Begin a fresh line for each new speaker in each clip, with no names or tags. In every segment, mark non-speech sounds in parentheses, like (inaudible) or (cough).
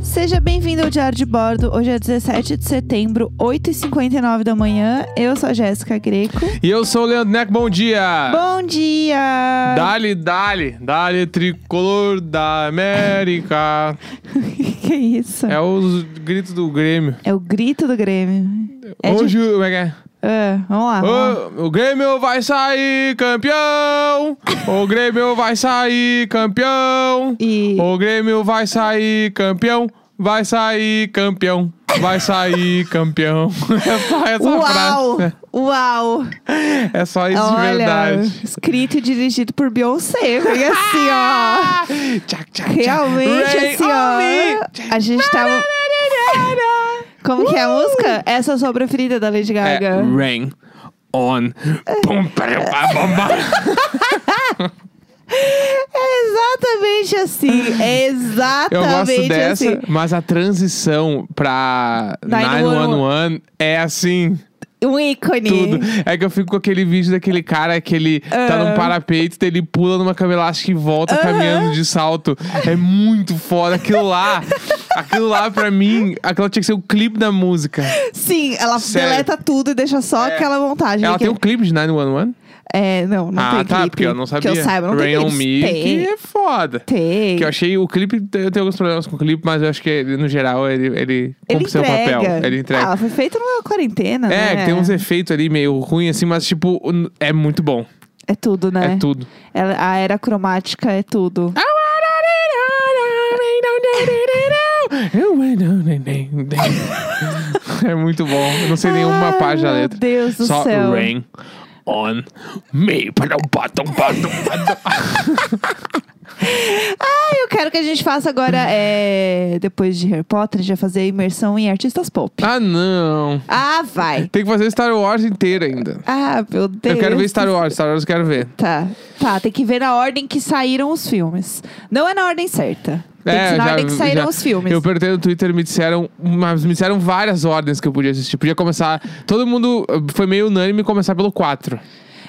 Seja bem-vindo ao Diário de Bordo. Hoje é 17 de setembro, 8h59 da manhã. Eu sou a Jéssica Greco.
E eu sou o Leandro Neco, bom dia!
Bom dia!
Dali, dali, dali, tricolor da América.
(laughs) que isso? É.
é os gritos do Grêmio.
o grito do Grêmio. É de-
Hoje, como é que é?
Ah, vamos lá. vamos lá.
Ô, o Grêmio vai
(laughs)
sair campeão! O Grêmio vai sair campeão!
E
O Grêmio vai sair campeão! Vai sair campeão! Vai sair campeão! (laughs) É só essa
uau!
frase.
Uau!
É só isso de
Olha,
verdade.
escrito e dirigido por Beyoncé. Foi
(laughs)
assim, ó.
Ah! Tchac, tchac, tchac.
Realmente,
Rain
assim,
on me.
ó. A gente
tá
tava. Como que é a música? Essa é a sua preferida da Lady Gaga.
É, rain on. Pum, parou, pá, bom, bom.
É exatamente assim. É exatamente
(laughs) Eu gosto dessa,
assim.
mas a transição pra 911 é assim,
Um ícone.
tudo. É que eu fico com aquele vídeo daquele cara que ele tá num parapeito, daí ele pula numa cama elástica e volta caminhando de salto. É muito foda. Aquilo lá, aquilo lá pra mim, aquilo tinha que ser o clipe da música.
Sim, ela
Sério.
deleta tudo e deixa só
É.
aquela montagem.
Ela
que-
tem um clipe de 911?
É, não, não
ah,
tem
tá,
clipe.
porque eu não sabia.
Que eu saiba, não
Rain
tem
on
clipes.
Me,
Tem,
que é foda.
tem.
Que eu achei o clipe, eu tenho alguns problemas com o clipe, mas eu acho que ele, no geral ele, ele
Ele
cumpre seu
entrega.
papel. Ele
Ah,
entrega.
ela foi feita numa quarentena,
é,
né?
que tem uns efeitos ali meio ruim assim, mas tipo, n- é muito bom.
É tudo, né?
É tudo.
Ela- a era cromática é tudo.
(laughs) É muito bom. Eu não sei nenhuma
Ai,
página da
meu
letra.
Deus do
Só
céu.
rain on me. Padum, padum, padum, padum.
Ah, eu quero que a gente faça agora, é, depois de Harry Potter, a gente vai fazer imersão em artistas pop.
Ah, não.
Ah, vai.
Tem que fazer Star Wars inteira ainda.
Ah, meu Deus.
Eu quero ver Star Wars. Star Wars eu quero ver.
Tá, tá, tem que ver na ordem que saíram os filmes. Não é na ordem certa. Tem que ser na ordem que saíram
É, já-
os filmes.
Eu perguntei no Twitter, me disseram, mas me disseram várias ordens que eu podia assistir. Podia começar. Todo mundo eh, foi meio unânime começar pelo 4.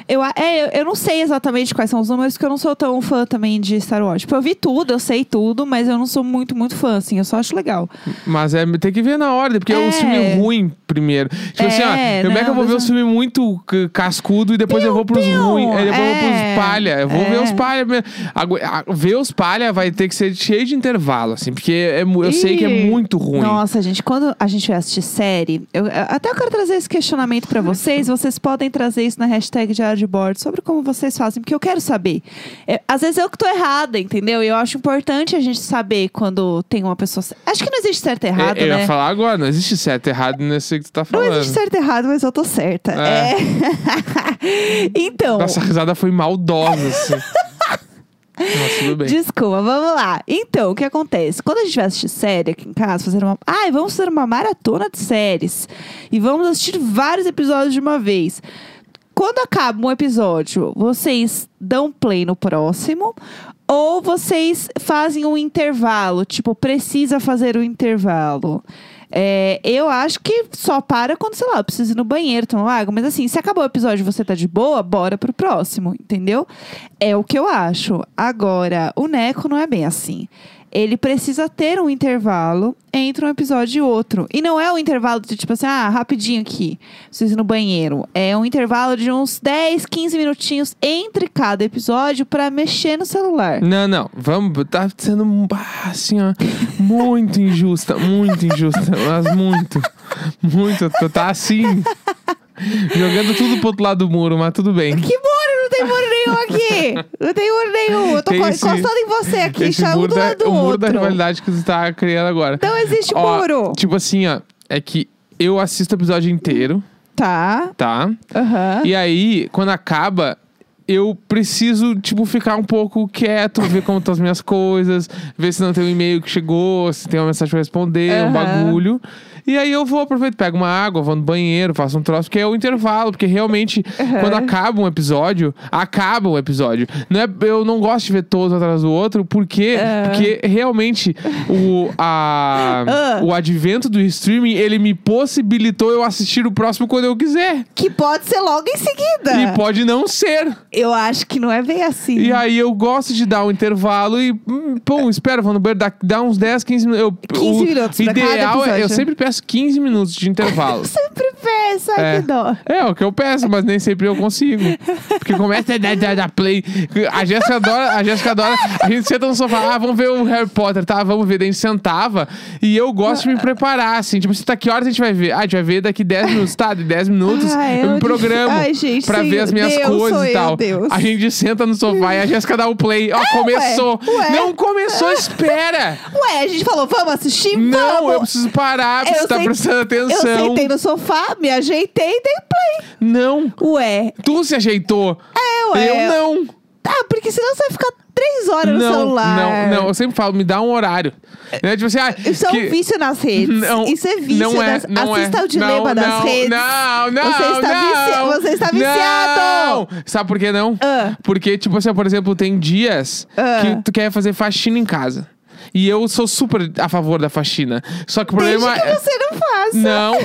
Eu, a- é, eu, eu não sei exatamente quais são os números, porque eu não sou tão fã também de Star Wars. Tipo, eu vi tudo, eu sei tudo, mas eu não sou muito, muito fã, assim. Eu só acho legal.
Mas é, tem que ver na ordem, porque é
É.
um filme ruim primeiro. Tipo
É,
assim, ó, como é que eu
não,
vou ver
mas
um filme muito c- cascudo e depois eu vou pros
piu.
ruins. Aí depois eu vou
É,
pros palha. Eu vou
é.
ver os palha mesmo. Agu- a- Ver os palha vai ter que ser cheio de intervalo, assim, porque é mu- eu sei que é
Ih.
muito ruim.
Nossa, gente, quando a gente vai assistir série, eu, eu- até eu quero trazer esse questionamento pra vocês. Vocês podem trazer isso na hashtag Diário de Bordo sobre como vocês fazem, porque eu quero saber. É, às vezes eu que tô errada, entendeu? E eu acho importante a gente saber quando tem uma pessoa. Acho que não existe certo e
Eu-
errado,
É, eu
né?
ia falar agora, não existe certo e errado nesse que tu tá
Não
falando.
existe certo e errado, mas eu tô certa. É.
É.
(laughs) então,
Nossa, a risada foi maldosa,
(laughs)
assim. Nossa, tudo bem.
desculpa, vamos lá. Então, o que acontece? Quando a gente vai assistir série aqui em casa, fazer uma. Ai, vamos fazer uma maratona de séries. E vamos assistir vários episódios de uma vez. Quando acaba um episódio, vocês dão play no próximo? Ou vocês fazem um intervalo? Tipo, precisa fazer o intervalo? É, eu acho que só para quando, sei lá, eu preciso ir no banheiro tomar água. Mas assim, se acabou o episódio e você tá de boa, bora pro próximo, entendeu? É o que eu acho. Agora, o Neco não é bem assim. Ele precisa ter um intervalo entre um episódio e outro. E não é um intervalo de tipo assim, ah, rapidinho aqui, preciso ir no banheiro. É um intervalo de uns 10, 15 minutinhos entre cada episódio pra mexer no celular.
Não, não, vamos, tá sendo ah, assim, ó, muito injusta, muito injusta, mas muito, muito, tu tá assim, jogando tudo pro outro lado do muro, mas tudo bem.
Que muro? Não tem muro nenhum aqui! Não tem muro nenhum! Eu tô
Tem
co-
esse-
encostando em você aqui,
Esse
está um
muro
do
da-
lado do
o muro da
outro.
rivalidade que tu tá criando agora.
Não existe
Ó,
muro!
Tipo assim, ó, é que eu assisto o episódio inteiro,
Tá,
tá?
aham.
E aí, quando acaba, eu preciso, tipo, ficar um pouco quieto, ver como estão as minhas coisas, ver se não tem um e-mail que chegou, se tem uma mensagem pra responder, um
Aham.
bagulho. E aí eu vou aproveitar, pego uma água, vou no banheiro, faço um troço, porque é o intervalo, porque realmente, quando acaba um episódio, acaba o episódio. Não é, eu não gosto de ver todos atrás do outro, por quê? Porque realmente o, a,
Ah.
o advento do streaming, ele me possibilitou eu assistir o próximo quando eu quiser.
Que pode ser logo em seguida.
E pode não ser.
Eu acho que não é bem assim.
E aí eu gosto de dar um intervalo e, hum, pô, espera, vou no banheiro, dá, dá uns 10, 15 minutos.
15 minutos pra cada
ideal é, eu
episódio.
sempre peço 15 minutos de intervalo.
Eu sempre peço, ai
É.
que dó.
É, o que eu peço, mas nem sempre eu consigo. Porque começa é, a dar, dar, dar play. A Jéssica adora, a Jéssica adora. A gente senta no sofá, ah, vamos ver o Harry Potter, tá? Vamos ver. Daí a gente sentava e eu gosto de me preparar, assim. Tipo, assim, tá que horas a gente vai ver? Ah, a gente vai ver daqui 10 minutos, tá? De 10
Ai,
minutos eu
Ah, é, eu
me
dif-
programo
Ai, gente,
pra
sim,
ver as minhas
Deus,
coisas
sou
e
eu,
tal.
Deus. É,
A gente senta no sofá e a Jéssica dá o play. Ó, começou.
ué.
Não começou, espera.
Ué, a gente falou, vamos assistir?
Não,
vamos.
eu preciso parar,
Eu
preciso estar
sei-
prestando
Eu
atenção.
sentei no sofá, me ajeitei e dei play.
Não.
Ué,
Tu se ajeitou.
é, ué.
Eu não.
Ah, porque senão você vai ficar três horas no
Não,
celular.
não, não. Eu sempre falo, me dá um horário. Né? Tipo assim, ah,
Isso é um
que-
vício nas redes.
Não,
Isso é vício
não é,
nas...
não
Assista
é.
ao dilema
não,
das
não,
redes.
Não, não,
Você está
não,
vici- você está viciado.
Não. Sabe por que não?
Ah.
Porque, tipo assim, por exemplo, tem dias
Ah.
que tu quer fazer faxina em casa. E eu sou super a favor da faxina. Só que o
Desde
problema é
que você não faça.
Não,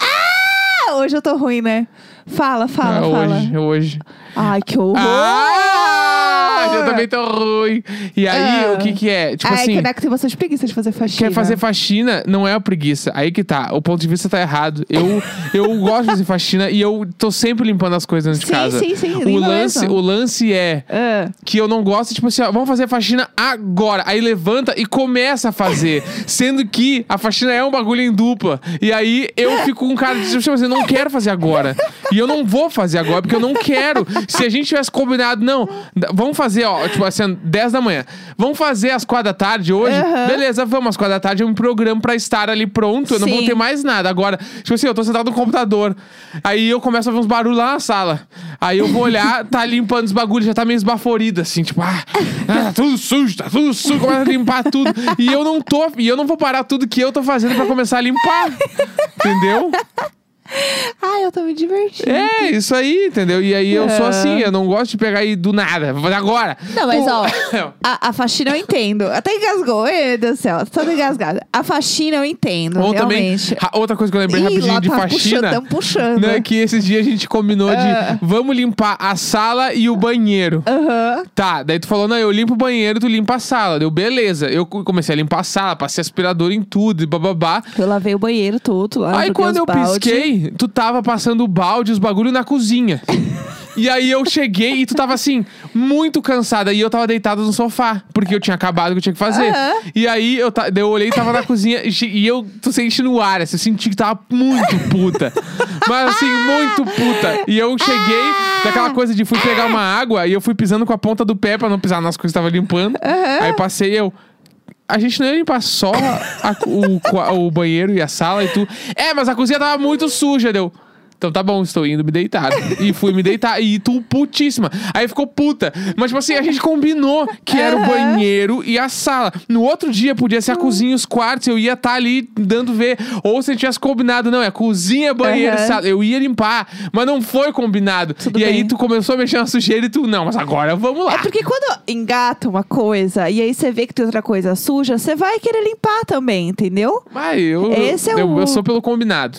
Ah, hoje eu tô ruim, né? Fala, fala,
é
fala.
hoje, é hoje.
Ai, que horror.
Ah, eu também tô ruim. E aí,
Ah.
o que que é? Tipo
Ai,
assim,
que tem bastante preguiça de fazer faxina.
Quer fazer faxina, não é a preguiça. Aí que tá. O ponto de vista tá errado. Eu, eu gosto de fazer faxina e eu tô sempre limpando as coisas dentro
Sim,
de casa.
sim, sim,
O
limpa
lance,
mesmo.
o lance é
Ah.
que eu não gosto, tipo assim, ó, vamos fazer faxina agora. Aí levanta e começa a fazer. sendo que a faxina é um bagulho em dupla. E aí eu fico com cara de, tipo assim, eu não quero fazer agora. E eu não vou fazer agora, porque eu não quero. Se a gente tivesse combinado, não, d- vamos fazer, ó, tipo assim, 10 da manhã. Vamos fazer às 4 da tarde hoje?
Aham.
Beleza, vamos. Às 4 da tarde eu me programo pra estar ali pronto. Eu não vou
Sim.
ter mais nada. Agora, tipo assim, eu tô sentado no computador. Aí eu começo a ver uns barulhos lá na sala. Aí eu vou olhar, tá limpando os bagulhos, já tá meio esbaforida, assim, tipo, ah, ah, tá tudo sujo, tá tudo sujo, começa a limpar tudo. E eu não tô, e eu não vou parar tudo que eu tô fazendo pra começar a limpar. Entendeu?
Ai, eu tô me divertindo.
É, isso aí, entendeu? E aí eu sou assim, eu não gosto de pegar aí do nada. Vou fazer agora.
É. Não, mas
Pô.
ó,
(laughs)
a, a faxina eu entendo. Até engasgou, meu Deus do céu, tô toda engasgada. A faxina eu entendo,
Ou também,
realmente.
ra- outra coisa que eu lembrei
Ih,
rapidinho
lá
de
tá
faxina.
puxando, tão puxando. É.
Né, que esses dias a gente combinou de vamos limpar a sala e o banheiro.
Aham.
Tá, daí tu falou, não, eu limpo o banheiro, tu limpa a sala. Deu, beleza. Eu co- comecei a limpar a sala, passei aspirador em tudo e bababá.
Eu lavei o banheiro todo lá.
Aí
joguei
quando
os
eu
balde.
pisquei, tu tava passando o balde, os bagulho
(laughs)
na cozinha. e aí eu cheguei e tu tava assim, muito cansada. E eu tava deitado no sofá, porque eu tinha acabado o que eu tinha que fazer.
Aham.
E aí eu, ta- daí eu olhei e tava na cozinha e, che- e eu tu senti no ar, assim, eu senti que tava muito puta. Mas assim, muito puta. E eu cheguei daquela coisa de fui pegar uma água e eu fui pisando com a ponta do pé pra não pisar nas coisas que eu tava limpando. Aí passei eu. A gente não ia limpar só a- o, qua- o banheiro e a sala e tu. É, mas a cozinha tava muito suja, deu. Então tá bom, estou indo me deitar. E fui me deitar. E tu putíssima. Aí ficou puta. Mas, tipo assim, a gente combinou que era o
Aham.
banheiro e a sala. No outro dia podia ser a cozinha e os quartos. Eu ia estar ali dando ver. Ou se a gente tivesse combinado, não, é cozinha, banheiro e
Aham.
sala. Eu ia limpar, mas não foi combinado.
Tudo
e aí
bem.
tu começou a mexer na sujeira e tu, não, mas agora vamos lá.
É porque quando engata uma coisa e aí você vê que tem outra coisa suja, você vai querer limpar também, entendeu?
Mas eu,
Esse é
eu,
o-
eu sou pelo combinado.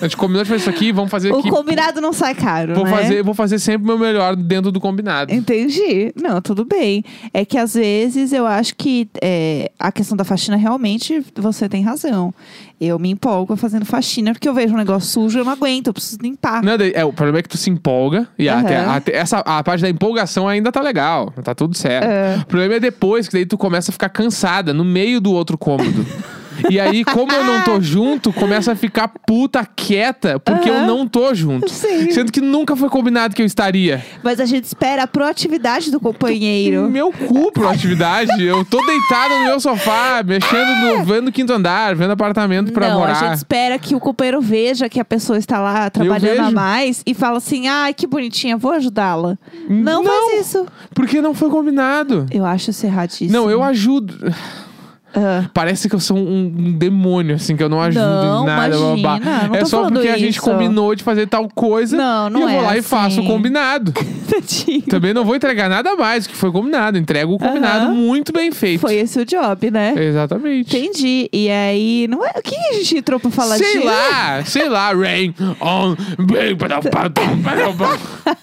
A gente combinou de fazer isso aqui, vamos fazer
O
aqui.
combinado não sai caro,
Vou
né? Então-
fazer, vou fazer sempre o meu melhor dentro do combinado.
Entendi. Não, tudo bem. É que às vezes eu acho que é, a questão da faxina realmente você tem razão. Eu me empolgo fazendo faxina porque eu vejo um negócio sujo, eu não aguento, eu preciso limpar.
Não, daí- é, o problema é que tu se empolga. E
Aham.
até, até essa, a parte da empolgação ainda tá legal. Tá tudo certo. O problema é depois, que daí tu começa a ficar cansada no meio do outro cômodo. e aí, como eu
(laughs)
não tô junto, começa a ficar puta quieta, porque eu
Aham.
não tô junto.
Sim.
Sendo que nunca foi combinado que eu estaria.
Mas a gente espera a proatividade do companheiro.
Meu cu proatividade. eu tô deitado no meu sofá, mexendo no, vendo o quinto andar, vendo apartamento pra
É. não, a
morar.
gente espera que o companheiro veja que a pessoa está lá trabalhando a
vejo.
mais e fala assim: ai, que bonitinha, vou ajudá-la. Não,
não.
faz isso.
Porque não foi combinado.
(laughs) Eu acho isso erradíssimo.
Não, eu ajudo.
Ah.
Parece que eu sou um, um demônio, assim, que eu não ajudo
Não,
em nada.
imagina,
babá.
não
é
tô
só
falando
porque a gente
isso.
combinou de fazer tal coisa.
Não, não
e eu vou
é
lá e faço o
assim. (laughs)
combinado.
Tadinho.
Também não vou entregar nada mais do que foi combinado. Entrego o combinado
Aham.
muito bem feito.
Foi esse o job, né?
É. Exatamente.
Entendi. E aí, não é... o que a gente entrou pra falar
sei
disso?
lá, sei lá, rain on.
(laughs)
bem, padam, padam, padam, padam.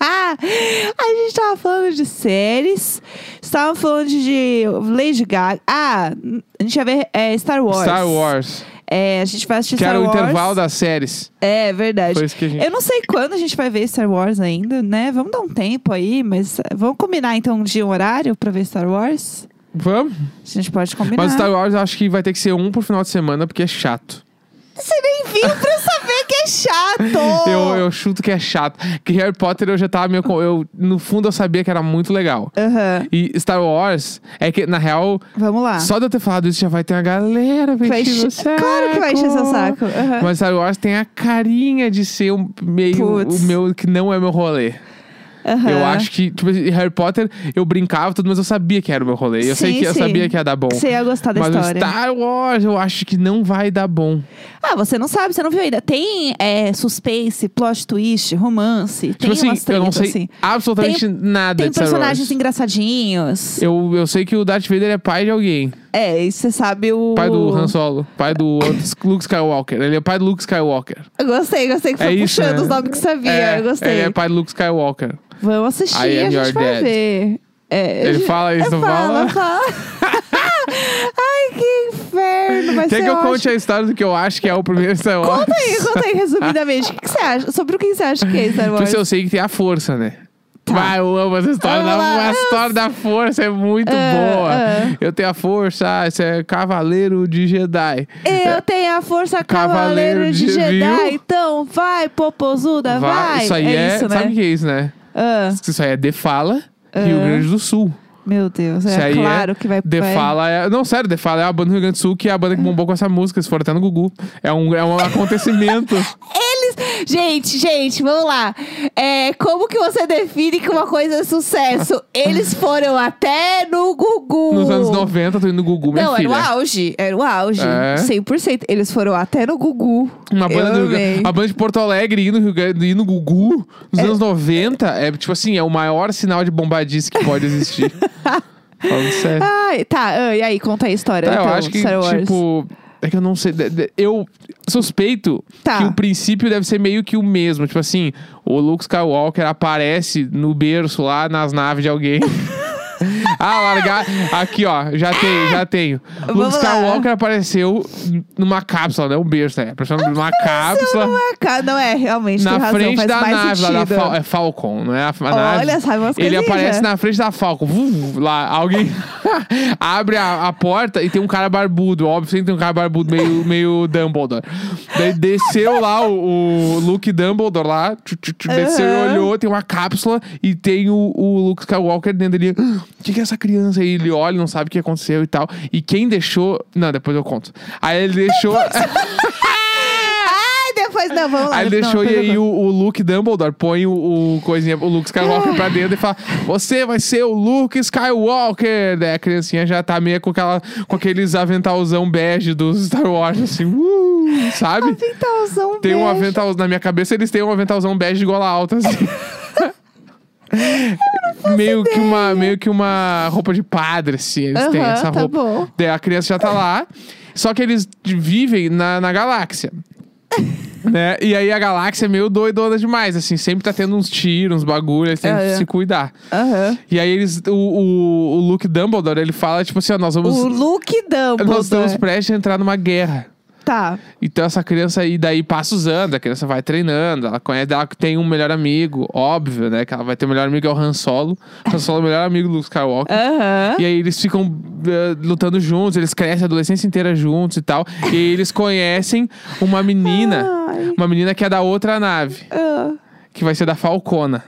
Ah, (laughs) a gente tava falando de séries, estava falando de Lady Gaga. Ah, a gente vai ver é, Star Wars.
Star Wars.
É, a gente vai assistir
Que
Star
era o
Wars.
intervalo das séries.
É, verdade.
Foi isso que a gente-
Eu não sei quando a gente vai ver Star Wars ainda, né? Vamos dar um tempo aí, mas eh, vamos combinar então um dia um horário pra ver Star Wars?
Vamos?
A gente pode combinar.
Mas tá- o Star Wars eu acho que vai ter que ser um por final de semana, porque é chato.
Você nem viu pra eu saber que é chato!
(laughs) Eu, eu chuto que é chato. Que Harry Potter eu já tava meio. com- Eu, no fundo eu sabia que era muito legal.
Aham.
E Star Wars é que, na real,
Vamos lá.
só de eu ter falado isso já vai ter uma galera
Ah. Vai
mexendo o
encher- Claro que vai encher seu saco. Aham.
Mas Star Wars tem a carinha de ser um meio
Putz.
o meu que não é meu rolê.
Aham.
Eu acho que, tipo, assim, Harry Potter, eu brincava tudo, mas eu sabia que era o meu rolê. Eu sei
Sim,
que eu
sim.
sabia que ia dar bom.
Você ia gostar da
mas
história.
o Star Wars, eu acho que não vai dar bom.
Ah, você não sabe, você não viu ainda. Tem é, suspense, plot twist, romance. tem
tipo assim,
umas
eu não
tretas,
sei
assim.
absolutamente nada
Tem
de Star
personagens assim.
Wars.
engraçadinhos.
Eu, eu sei que o Darth Vader é pai de alguém.
É, e você sabe o.
Pai do Han Solo. Pai
(laughs)
do outro Luke Skywalker. Ele é pai do Luke Skywalker.
Eu gostei, gostei que foi
é isso,
puxando
né?
os nomes que sabia.
É,
eu gostei.
Ele é pai do Luke Skywalker.
Vamos assistir
I
e
am
a
your
gente vai
dad.
ver. É,
Ele
eu-
fala isso,
eu
não
fala?
fala? (laughs)
Ai, que inferno. Mas
Quer
você
que eu
acha-
conte a história do que eu acho que é o primeiro Star Wars?
Conta aí, conta aí resumidamente. O que, que você acha? Sobre o que você acha que é
(laughs)
Star
Tipo
Wars?
assim, eu sei que tem a força, né?
Tá.
Vai, eu amo essa história.
Amo
da,
lá.
a história da força é muito
É,
boa.
é.
Eu tenho a força, esse é cavaleiro de Jedi.
Eu tenho a força cavaleiro,
Cavaleiro
de
de-
Jedi,
viu?
então vai, popozuda, vai.
Isso aí é.
isso, né?
sabe o que é isso, né?
Ah,
Isso aí é Defala,
É.
Rio Grande do Sul.
meu Deus,
isso
é
aí
claro
é
que vai... vai-
Defala é. Não, sério, Defala é a banda do Rio Grande do Sul, que é a banda que bombou com essa música, se for até no Gugu. É um, é
(laughs)
um acontecimento.
Eles... Gente, gente, vamos lá. É, como que você define que uma coisa é
(laughs)
sucesso? Eles foram até no Gugu.
Nos anos 90, tô indo no Gugu, minha
Não, é era
filha.
o auge, era o auge,
É.
100%. Eles foram até no Gugu.
Uma banda,
Eu
do Rio Grande-
amei.
a banda de Porto Alegre ir no, Rio Grande, ir no Gugu nos anos 90 é tipo assim, é o maior sinal de bombadice que
(laughs)
pode existir. Falando sério.
Ai, tá, ah, e aí, conta a história.
é. Tá, eu
então,
acho que,
Star Wars.
tipo. É que eu não sei. de- de- Eu suspeito
Tá.
que o princípio deve ser meio que o mesmo. Tipo assim, o Luke Skywalker aparece no berço lá nas naves de
(laughs)
alguém. ah, largar. Aqui, ó. Já tenho, já tenho.
Vamos
Luke
lá.
Skywalker apareceu numa cápsula, não é um berço, né? Apareceu numa cápsula.
Ca- Não é, realmente, tem
na
razão,
frente
faz
da
mais
nave, lá
sentido.
da Fal- é Falcon, não é? A, a
Olha,
nave.
sabe umas
Ele
coisinhas.
aparece na frente da Falcon. Vu, vu, lá, alguém (laughs) abre a, a porta e tem um cara barbudo. Óbvio, sempre tem um cara barbudo, meio, meio Dumbledore. Daí desceu lá o, o Luke Dumbledore lá. tchu, tchu, tchu, desceu e
Aham.
olhou, tem uma cápsula e tem o, o Luke Skywalker dentro dele. "Ah, O que, que é essa criança? aí ele olha, não sabe o que aconteceu e tal. E quem deixou. Não, depois eu conto. Aí ele deixou.
Ai, depois não, vamos lá.
Aí
depois-
deixou
não,
e
depois eu
aí o, o Luke Dumbledore põe o, o coisinha, o Luke Skywalker pra dentro e fala: Você vai ser o Luke Skywalker! Daí a criancinha já tá meio com, aquela, com aqueles aventalzão bege dos Star Wars, assim, uh, sabe?
conto. Aventalzão
Tem um
bege.
avental Na minha cabeça eles têm um aventalzão bege de gola alta,
(laughs)
assim. meio que uma meio que uma roupa de padre assim eles têm
Aham,
essa
tá
roupa
bom.
Daí a criança já tá lá só que eles vivem na, na galáxia
(laughs)
né? E aí a galáxia é meio doidona demais, assim, sempre tá tendo uns tiros, uns bagulho, eles têm
É,
que
é.
se cuidar.
Aham.
E aí eles, o, o, o Luke Dumbledore, ele fala, tipo assim, ó, nós vamos.
O Luke Dumbledore.
nós estamos prestes a entrar numa guerra.
Tá.
Então essa criança, e daí passa os anos, a criança vai treinando, ela conhece, ela tem um melhor amigo, óbvio, né? Que ela vai ter o melhor amigo, é o Han Solo. Han Solo é o melhor amigo do Luke Skywalker.
Aham.
E aí eles ficam eh, lutando juntos, eles crescem a adolescência inteira juntos e tal. E aí eles conhecem uma menina,
Ai.
uma menina que é da outra nave,
Ah.
que vai ser da Falcona.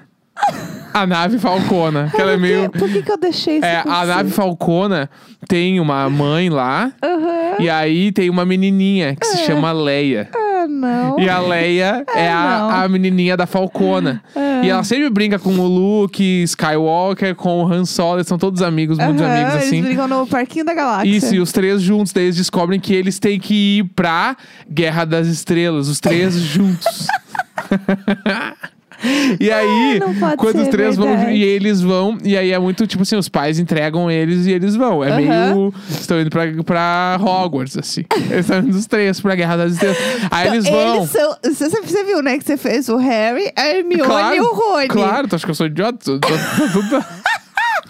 A nave Falcona, que ela é
Por que-
meio.
Por que, que eu deixei isso
É, a
acontecer?
nave Falcona tem uma mãe lá,
Aham.
e aí tem uma menininha que se chama Leia.
Ah, não.
E a Leia
não. É.
é a, a menininha da Falcona. E ela sempre brinca com o Luke, Skywalker, com o Han Solo. Eles são todos amigos, muitos
Aham,
amigos, assim.
Eles brincam no Parquinho da Galáxia.
Isso, e os três juntos, daí eles descobrem que eles têm que ir pra Guerra das Estrelas,
(laughs)
os três juntos. (laughs) E aí,
Ah, não pode
quando os
ser,
três vão,
verdade.
e eles vão, e aí é muito tipo assim: os pais entregam eles e eles vão. É
Aham.
meio. Estão indo pra, pra Hogwarts, assim. Eles estão indo os três pra Guerra das Estrelas. Aí
Então,
eles vão.
são- você, você viu, né? Que você fez o Harry, a Hermione e o Rony.
Claro, tu acha que eu sou idiota? Tô- tô- tô tudo-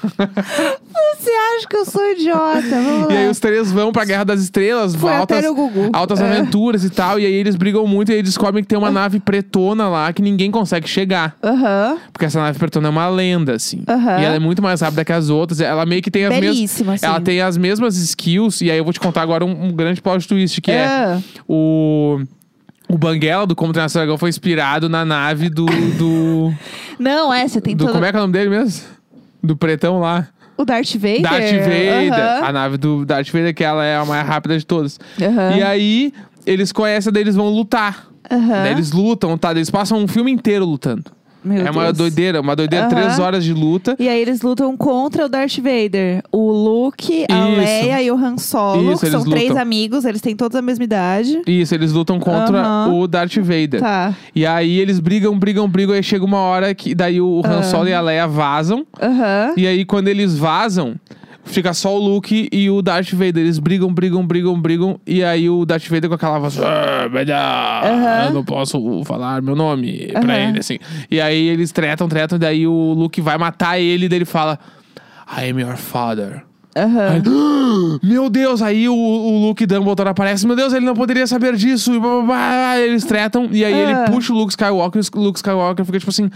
Você acha que eu sou idiota? Vamos
(laughs) E aí
lá.
os três vão pra Guerra das Estrelas,
Foi
altas,
até no Gugu.
altas
É.
aventuras e tal. E aí eles brigam muito e aí descobrem que tem uma nave pretona lá que ninguém consegue chegar.
Aham.
Porque essa nave pretona é uma lenda, assim.
Aham.
E ela é muito mais rápida que as outras. Ela meio que tem as
Belíssima,
mesmas.
assim.
Ela tem as mesmas skills. E aí eu vou te contar agora um, um grande plot twist, que é
Ah.
o. O Banguela do Como Treinar Seu Dragão foi inspirado na nave do.
(laughs)
do,
Não, é, você tem
do-
todo...
como é que é o nome dele mesmo? Do pretão lá.
O Darth Vader?
Darth Vader.
Aham.
A nave do Darth Vader, que ela é a mais rápida de todas.
Aham.
E aí, eles conhecem, daí eles vão lutar.
Aham.
Daí eles lutam, tá? Daí Eles passam um filme inteiro lutando.
Meu
é uma
Deus.
doideira, uma doideira,
Aham.
três horas de luta.
E aí eles lutam contra o Darth Vader. O Luke, a
Isso.
Leia e o Han Solo,
Isso,
que são
eles
três
lutam.
amigos, eles têm todos a mesma idade.
Isso, eles lutam contra
Aham.
o Darth Vader.
Tá.
E aí eles brigam, brigam, brigam, aí chega uma hora que daí o Han Solo e a Leia vazam.
Aham.
E aí, quando eles vazam, fica só o Luke e o Darth Vader. Eles brigam, brigam, brigam, brigam. E aí o Darth Vader com aquela voz. "Ah, melhor,
Aham.
Eu não posso falar meu nome
Aham.
pra ele, assim. E aí eles tretam, tretam, e daí o Luke vai matar ele, daí ele fala. I am your father.
Aham.
"Ah, Meu Deus, aí o, o Luke Dumbledore aparece. Meu Deus, ele não poderia saber disso. E blá, blá, blá, eles tretam. E aí
Ah.
ele puxa o Luke Skywalker. E o Luke Skywalker fica tipo assim.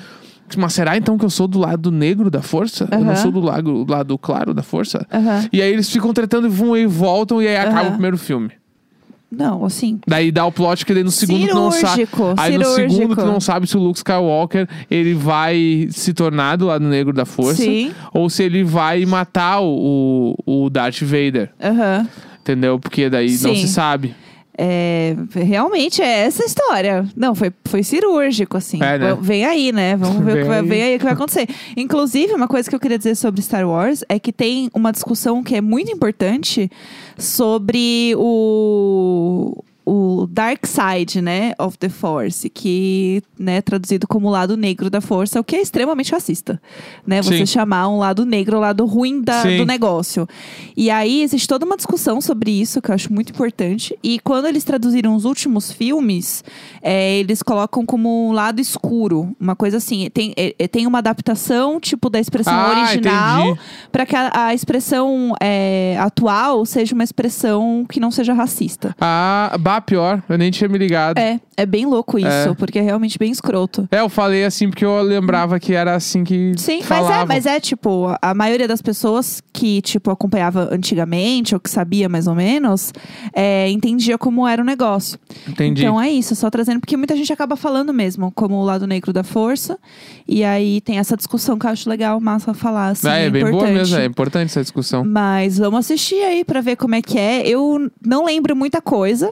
Mas será então que eu sou do lado negro da força? Eu
Aham.
não sou do lado, lado claro da força?
Aham.
E aí eles ficam tretando e vão e voltam. E aí acaba
Aham.
o primeiro filme.
Não, assim.
Daí dá o plot que daí no segundo tu não sabe.
Cirúrgico,
Aí no
cirúrgico.
segundo tu não sabe se o Luke Skywalker ele vai se tornar do lado negro da força.
Sim.
Ou se ele vai matar o, o, o Darth Vader.
Aham.
Entendeu? Porque daí não
Sim.
se sabe.
É, realmente é essa a história. Não, foi, foi cirúrgico, assim.
É, né?
V- Vem aí, né? Vamos ver o que
Vem
vai,
aí.
vem aí o que vai acontecer. Inclusive, uma coisa que eu queria dizer sobre Star Wars é que tem uma discussão que é muito importante sobre o. O Dark Side, né, of the Force, que, né, traduzido como lado negro da força, o que é extremamente racista, né? Você
Sim.
chamar um lado negro, o lado ruim da-
Sim.
do negócio. E aí existe toda uma discussão sobre isso que eu acho muito importante. E quando eles traduziram os últimos filmes, é, eles colocam como um lado escuro, uma coisa assim. Tem, é, é, tem uma adaptação tipo da expressão
Ah,
original
entendi.
para que a, a expressão é, atual seja uma expressão que não seja racista.
Ah, bah, pior. Eu nem tinha me ligado. É.
É, é bem louco isso, porque é realmente bem escroto.
eu falei assim porque eu lembrava que era assim que.
Sim, mas é,
falavam.
mas é tipo, a maioria das pessoas que, tipo, acompanhava antigamente, ou que sabia mais ou menos, é, entendia como era o negócio.
Entendi.
Então é isso, só trazendo, porque muita gente acaba falando mesmo, como o lado negro da força. E aí tem essa discussão que eu acho legal, massa falar, assim,
é, é bem
importante.
boa mesmo. É importante essa discussão.
Mas vamos assistir aí pra ver como é que é. Eu não lembro muita coisa.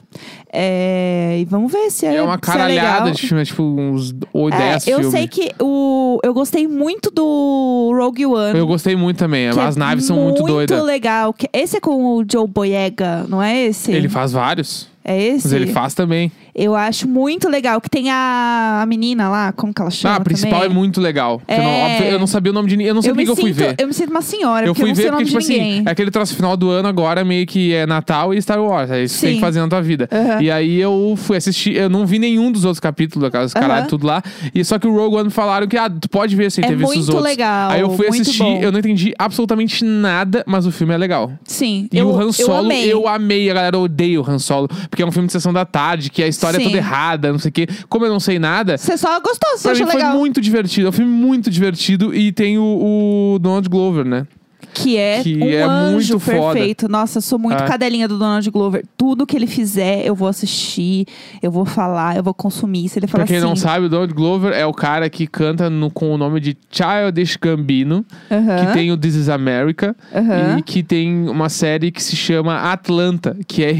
é, e vamos ver se é.
É uma
se é
caralhada
legal.
de filme, é tipo uns 8,
É,
10
eu
filmes.
sei que o, eu gostei muito do Rogue One.
Eu gostei muito também.
é que
As
é
naves são muito doidas.
Muito legal. Que- Esse é com o Joe Boyega, não é esse?
Ele faz vários.
É esse?
Mas ele faz também.
Eu acho muito legal. Que tem a, a menina lá, como que ela chama?
ah, a principal
também?
é muito legal. Que Eu, não,
É.
óbvio, eu não sabia o nome de ninguém. Eu não sei
eu
por
me
que eu fui
sinto-
ver.
Eu me sinto uma senhora,
Eu
porque
fui
eu não sei
ver
o
porque,
nome
tipo
de ninguém.
assim, é aquele troço final do ano agora, meio que é Natal e Star Wars. É isso que tem
Sim.
que fazer na tua vida.
Aham.
E aí eu fui assistir, eu não vi nenhum dos outros capítulos, aquelas
Aham.
caralho, tudo lá. E só que o Rogue One falaram que, ah, tu pode ver sem
É
ter visto os
muito
outros.
legal,
Aí eu fui
muito
assistir,
bom.
eu não entendi absolutamente nada, mas o filme é legal.
Sim,
E
eu,
o Han
eu
Solo,
amei.
eu amei. A galera odeia o Han Solo, porque é um filme de sessão da tarde, que a história é
Sim.
toda errada, não sei o quê. Como eu não sei nada,
Você só gostou, você
pra mim
achou
foi
legal.
muito divertido. É um filme muito divertido e tem o, o Donald Glover, né?
Que é
Que
um
é
anjo
muito foda.
perfeito. Nossa, eu sou muito
É.
cadelinha do Donald Glover. Tudo que ele fizer, eu vou assistir, eu vou falar, eu vou consumir. Se ele falar
Pra quem
assim.
não sabe, o Donald Glover é o cara que canta no- com o nome de Childish Gambino,
Aham.
que tem o This Is America
Aham.
e que tem uma série que se chama Atlanta, que é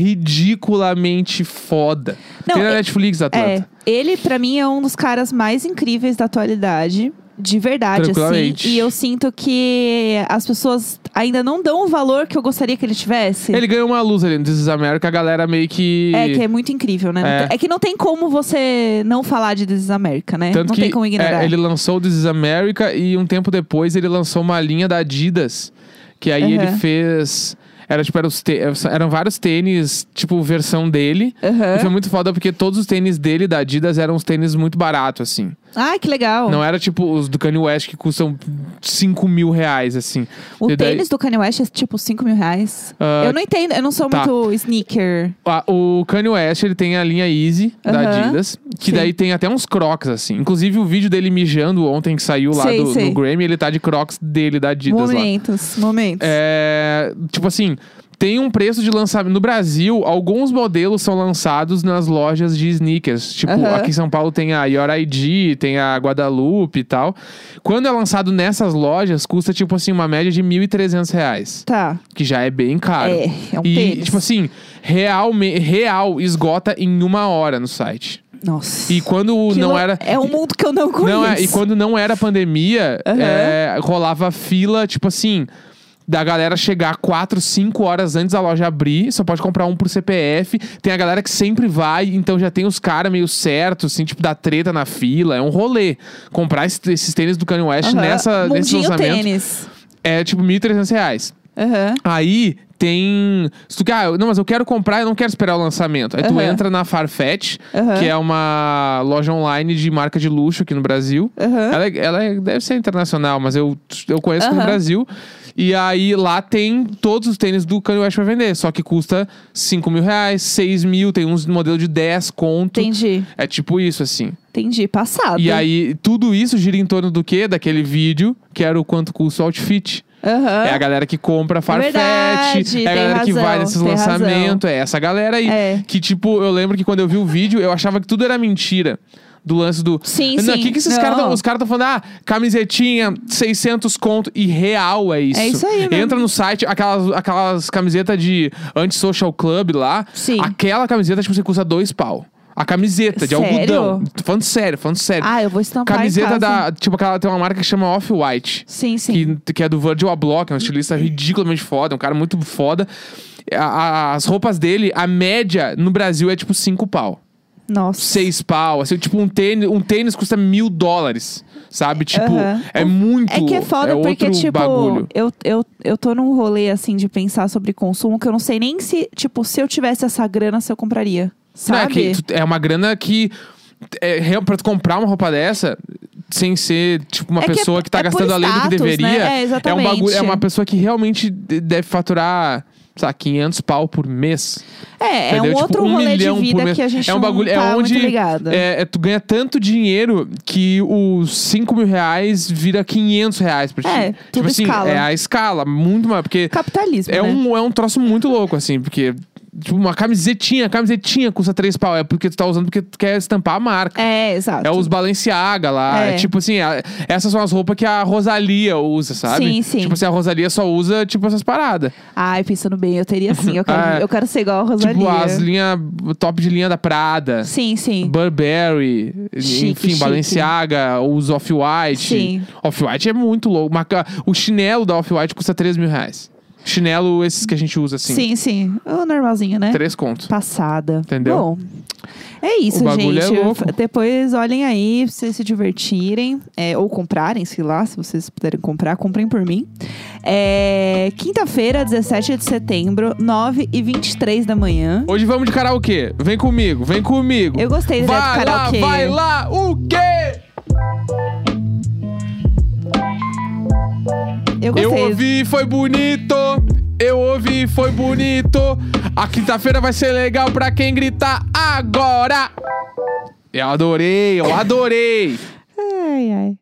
ridiculamente foda.
Não,
tem na
é-
Netflix
É,
Atlanta.
ele pra mim é um dos caras mais incríveis da atualidade. De verdade, assim.
Tranquilamente.
E eu sinto que as pessoas ainda não dão o valor que eu gostaria que ele tivesse.
Ele ganhou uma luz ali no This Is America, a galera meio que.
É, que é muito incrível, né? Não
É.
tem- É. que não tem como você não falar de This is America, né?
Tanto
não
que
tem como ignorar.
é, ele lançou o This Is America e um tempo depois ele lançou uma linha da Adidas. Que aí ele
Aham.
fez. Era, tipo, eram, os tê- eram vários tênis, tipo, versão dele.
Aham.
E foi muito foda porque todos os tênis dele da Adidas eram uns tênis muito baratos, assim.
Ah, que legal.
Não era tipo os do Kanye West que custam 5 mil reais, assim.
O
E daí-
tênis do Kanye West é tipo 5 mil reais.
Ah,
eu não entendo, eu não sou
tá.
muito sneaker.
Ah, o Kanye West, ele tem a linha Easy da
Aham.
Adidas, que
Sim.
daí tem até uns Crocs, assim. Inclusive, o vídeo dele mijando ontem que saiu lá
Sei,
do,
sei.
no Grammy, ele tá de Crocs dele, da Adidas lá.
momentos, momentos.
É, tipo assim, tem um preço de lançamento. No Brasil, alguns modelos são lançados nas lojas de sneakers. Tipo,
Aham.
aqui em São Paulo tem a Your ID, tem a Guadalupe e tal. Quando é lançado nessas lojas, custa, tipo assim, uma média de R$ 1.300, reais,
Tá.
que já é bem caro.
É, é um
e,
tênis.
tipo assim, real, real esgota em uma hora no site.
Nossa.
E quando
Que
não
lou-
era.
É um mundo que eu não conheço.
Não, é, e quando não era pandemia,
Aham.
é, rolava fila, tipo assim, da galera chegar 4, 5 horas antes da loja abrir, só pode comprar um por CPF. Tem a galera que sempre vai, então já tem os caras meio certos, assim, tipo, da treta na fila. É um rolê. Comprar esse- esses tênis do Kanye West
Aham.
nessa, nesse
Mundinho
lançamento
tênis.
é tipo 1.300 reais.
Aham.
Aí tem. Se tu quer, ah, eu- não, mas eu quero comprar, eu não quero esperar o lançamento. Aí tu
Aham.
entra na Farfetch,
Aham.
que é uma loja online de marca de luxo aqui no Brasil.
Aham.
Ela, é- ela é- deve ser internacional, mas eu, eu conheço aqui no
Aham.
Brasil. E aí lá tem todos os tênis do Kanye West pra vender. Só que custa 5 mil reais, 6 mil, tem uns modelo de 10 conto.
Entendi.
É tipo isso, assim.
Entendi. Passado.
E aí, tudo isso gira em torno do quê? Daquele vídeo, que era o quanto custa o outfit.
Aham.
É a galera que compra Farfetch,
verdade,
é a
tem
galera que
razão,
vai nesses
tem
lançamentos, é essa galera aí.
É.
Que, tipo, eu lembro que quando eu vi o vídeo, eu achava que tudo era mentira. Do lance do.
Sim,
não,
sim.
que, que esses
Não.
caras tão- Os caras estão falando, ah, camisetinha, 600 conto. E real é isso.
É isso aí mesmo.
Entra no site, aquelas, aquelas camisetas de Antisocial Club lá.
Sim.
Aquela camiseta, tipo, você custa dois pau. A camiseta de
Sério?
algodão. Tô falando sério, falando sério.
Ah, eu vou estampar
camiseta
em casa.
da. Tipo, aquela tem uma marca que chama Off-White
Sim, sim.
que, que é do Virgil Abloh, que é um estilista ridiculamente foda, um cara muito foda. A- a- as roupas dele, a média no Brasil é tipo 5 pau.
Nossa.
seis pau, assim, tipo um tênis, um tênis custa mil dólares, sabe? Tipo,
Aham.
é muito.
É que é foda
outro
porque, tipo,
bagulho.
Eu, eu, eu tô num rolê, assim, de pensar sobre consumo que eu não sei nem se, tipo, se eu tivesse essa grana, se eu compraria.
Não, é,
Sabe?
que tu- é uma grana que. É, real- pra tu comprar uma roupa dessa, sem ser, tipo, uma
É que é-
pessoa que tá
é por
gastando além do que
status, né?
deveria.
É,
um
exatamente.
bagulho. É uma pessoa que realmente de- deve faturar, sei lá, 500 pau por mês.
É, é um
Entendeu? Tipo,
outro rolê de
milhão por
vida
mês.
que a gente
é um bagulho,
não tá
é onde
muito ligado.
É, é, tu ganha tanto dinheiro que os 5 mil reais vira 500 reais pra ti.
É,
tipo
tudo
assim,
escala.
é a escala, muito maior. Porque
Capitalismo, né?
é, um, é um troço muito louco, assim, porque. Tipo, uma camisetinha, camisetinha custa 3 pau. É porque tu tá usando porque tu quer estampar a marca.
É, exato.
É os Balenciaga lá.
É.
É tipo assim, a- essas são as roupas que a Rosalia usa, sabe?
Sim, sim.
Tipo assim, a Rosalia só usa, tipo, essas paradas.
Ai, pensando bem, eu teria
(laughs)
sim. Eu quero,
É.
eu quero ser igual a Rosalia.
Tipo, as linhas top de linha da Prada.
Sim, sim.
Burberry,
Chique,
enfim,
chique.
Balenciaga, os Off-White.
Sim.
Off-White é muito louco. Uma ca- O chinelo da Off-White custa 3 mil reais. Chinelo, esses que a gente usa assim.
Sim, sim. O normalzinho, né?
Três contos.
Passada.
Entendeu?
Bom, é isso,
O bagulho
gente.
é louco.
F- Depois olhem aí pra vocês se divertirem. é, ou comprarem, sei lá, se vocês puderem comprar, comprem por mim. É, Quinta-feira, 17 de setembro, 9h23 da manhã.
Hoje vamos de karaokê. Vem comigo, vem comigo.
Eu gostei do
Vai
Neto
lá,
Karaokê.
vai lá, o quê?
Eu
Eu
gostei.
ouvi, foi bonito. Eu ouvi, foi bonito. A quinta-feira vai ser legal pra quem gritar agora. Eu adorei, eu adorei.
Ai, ai.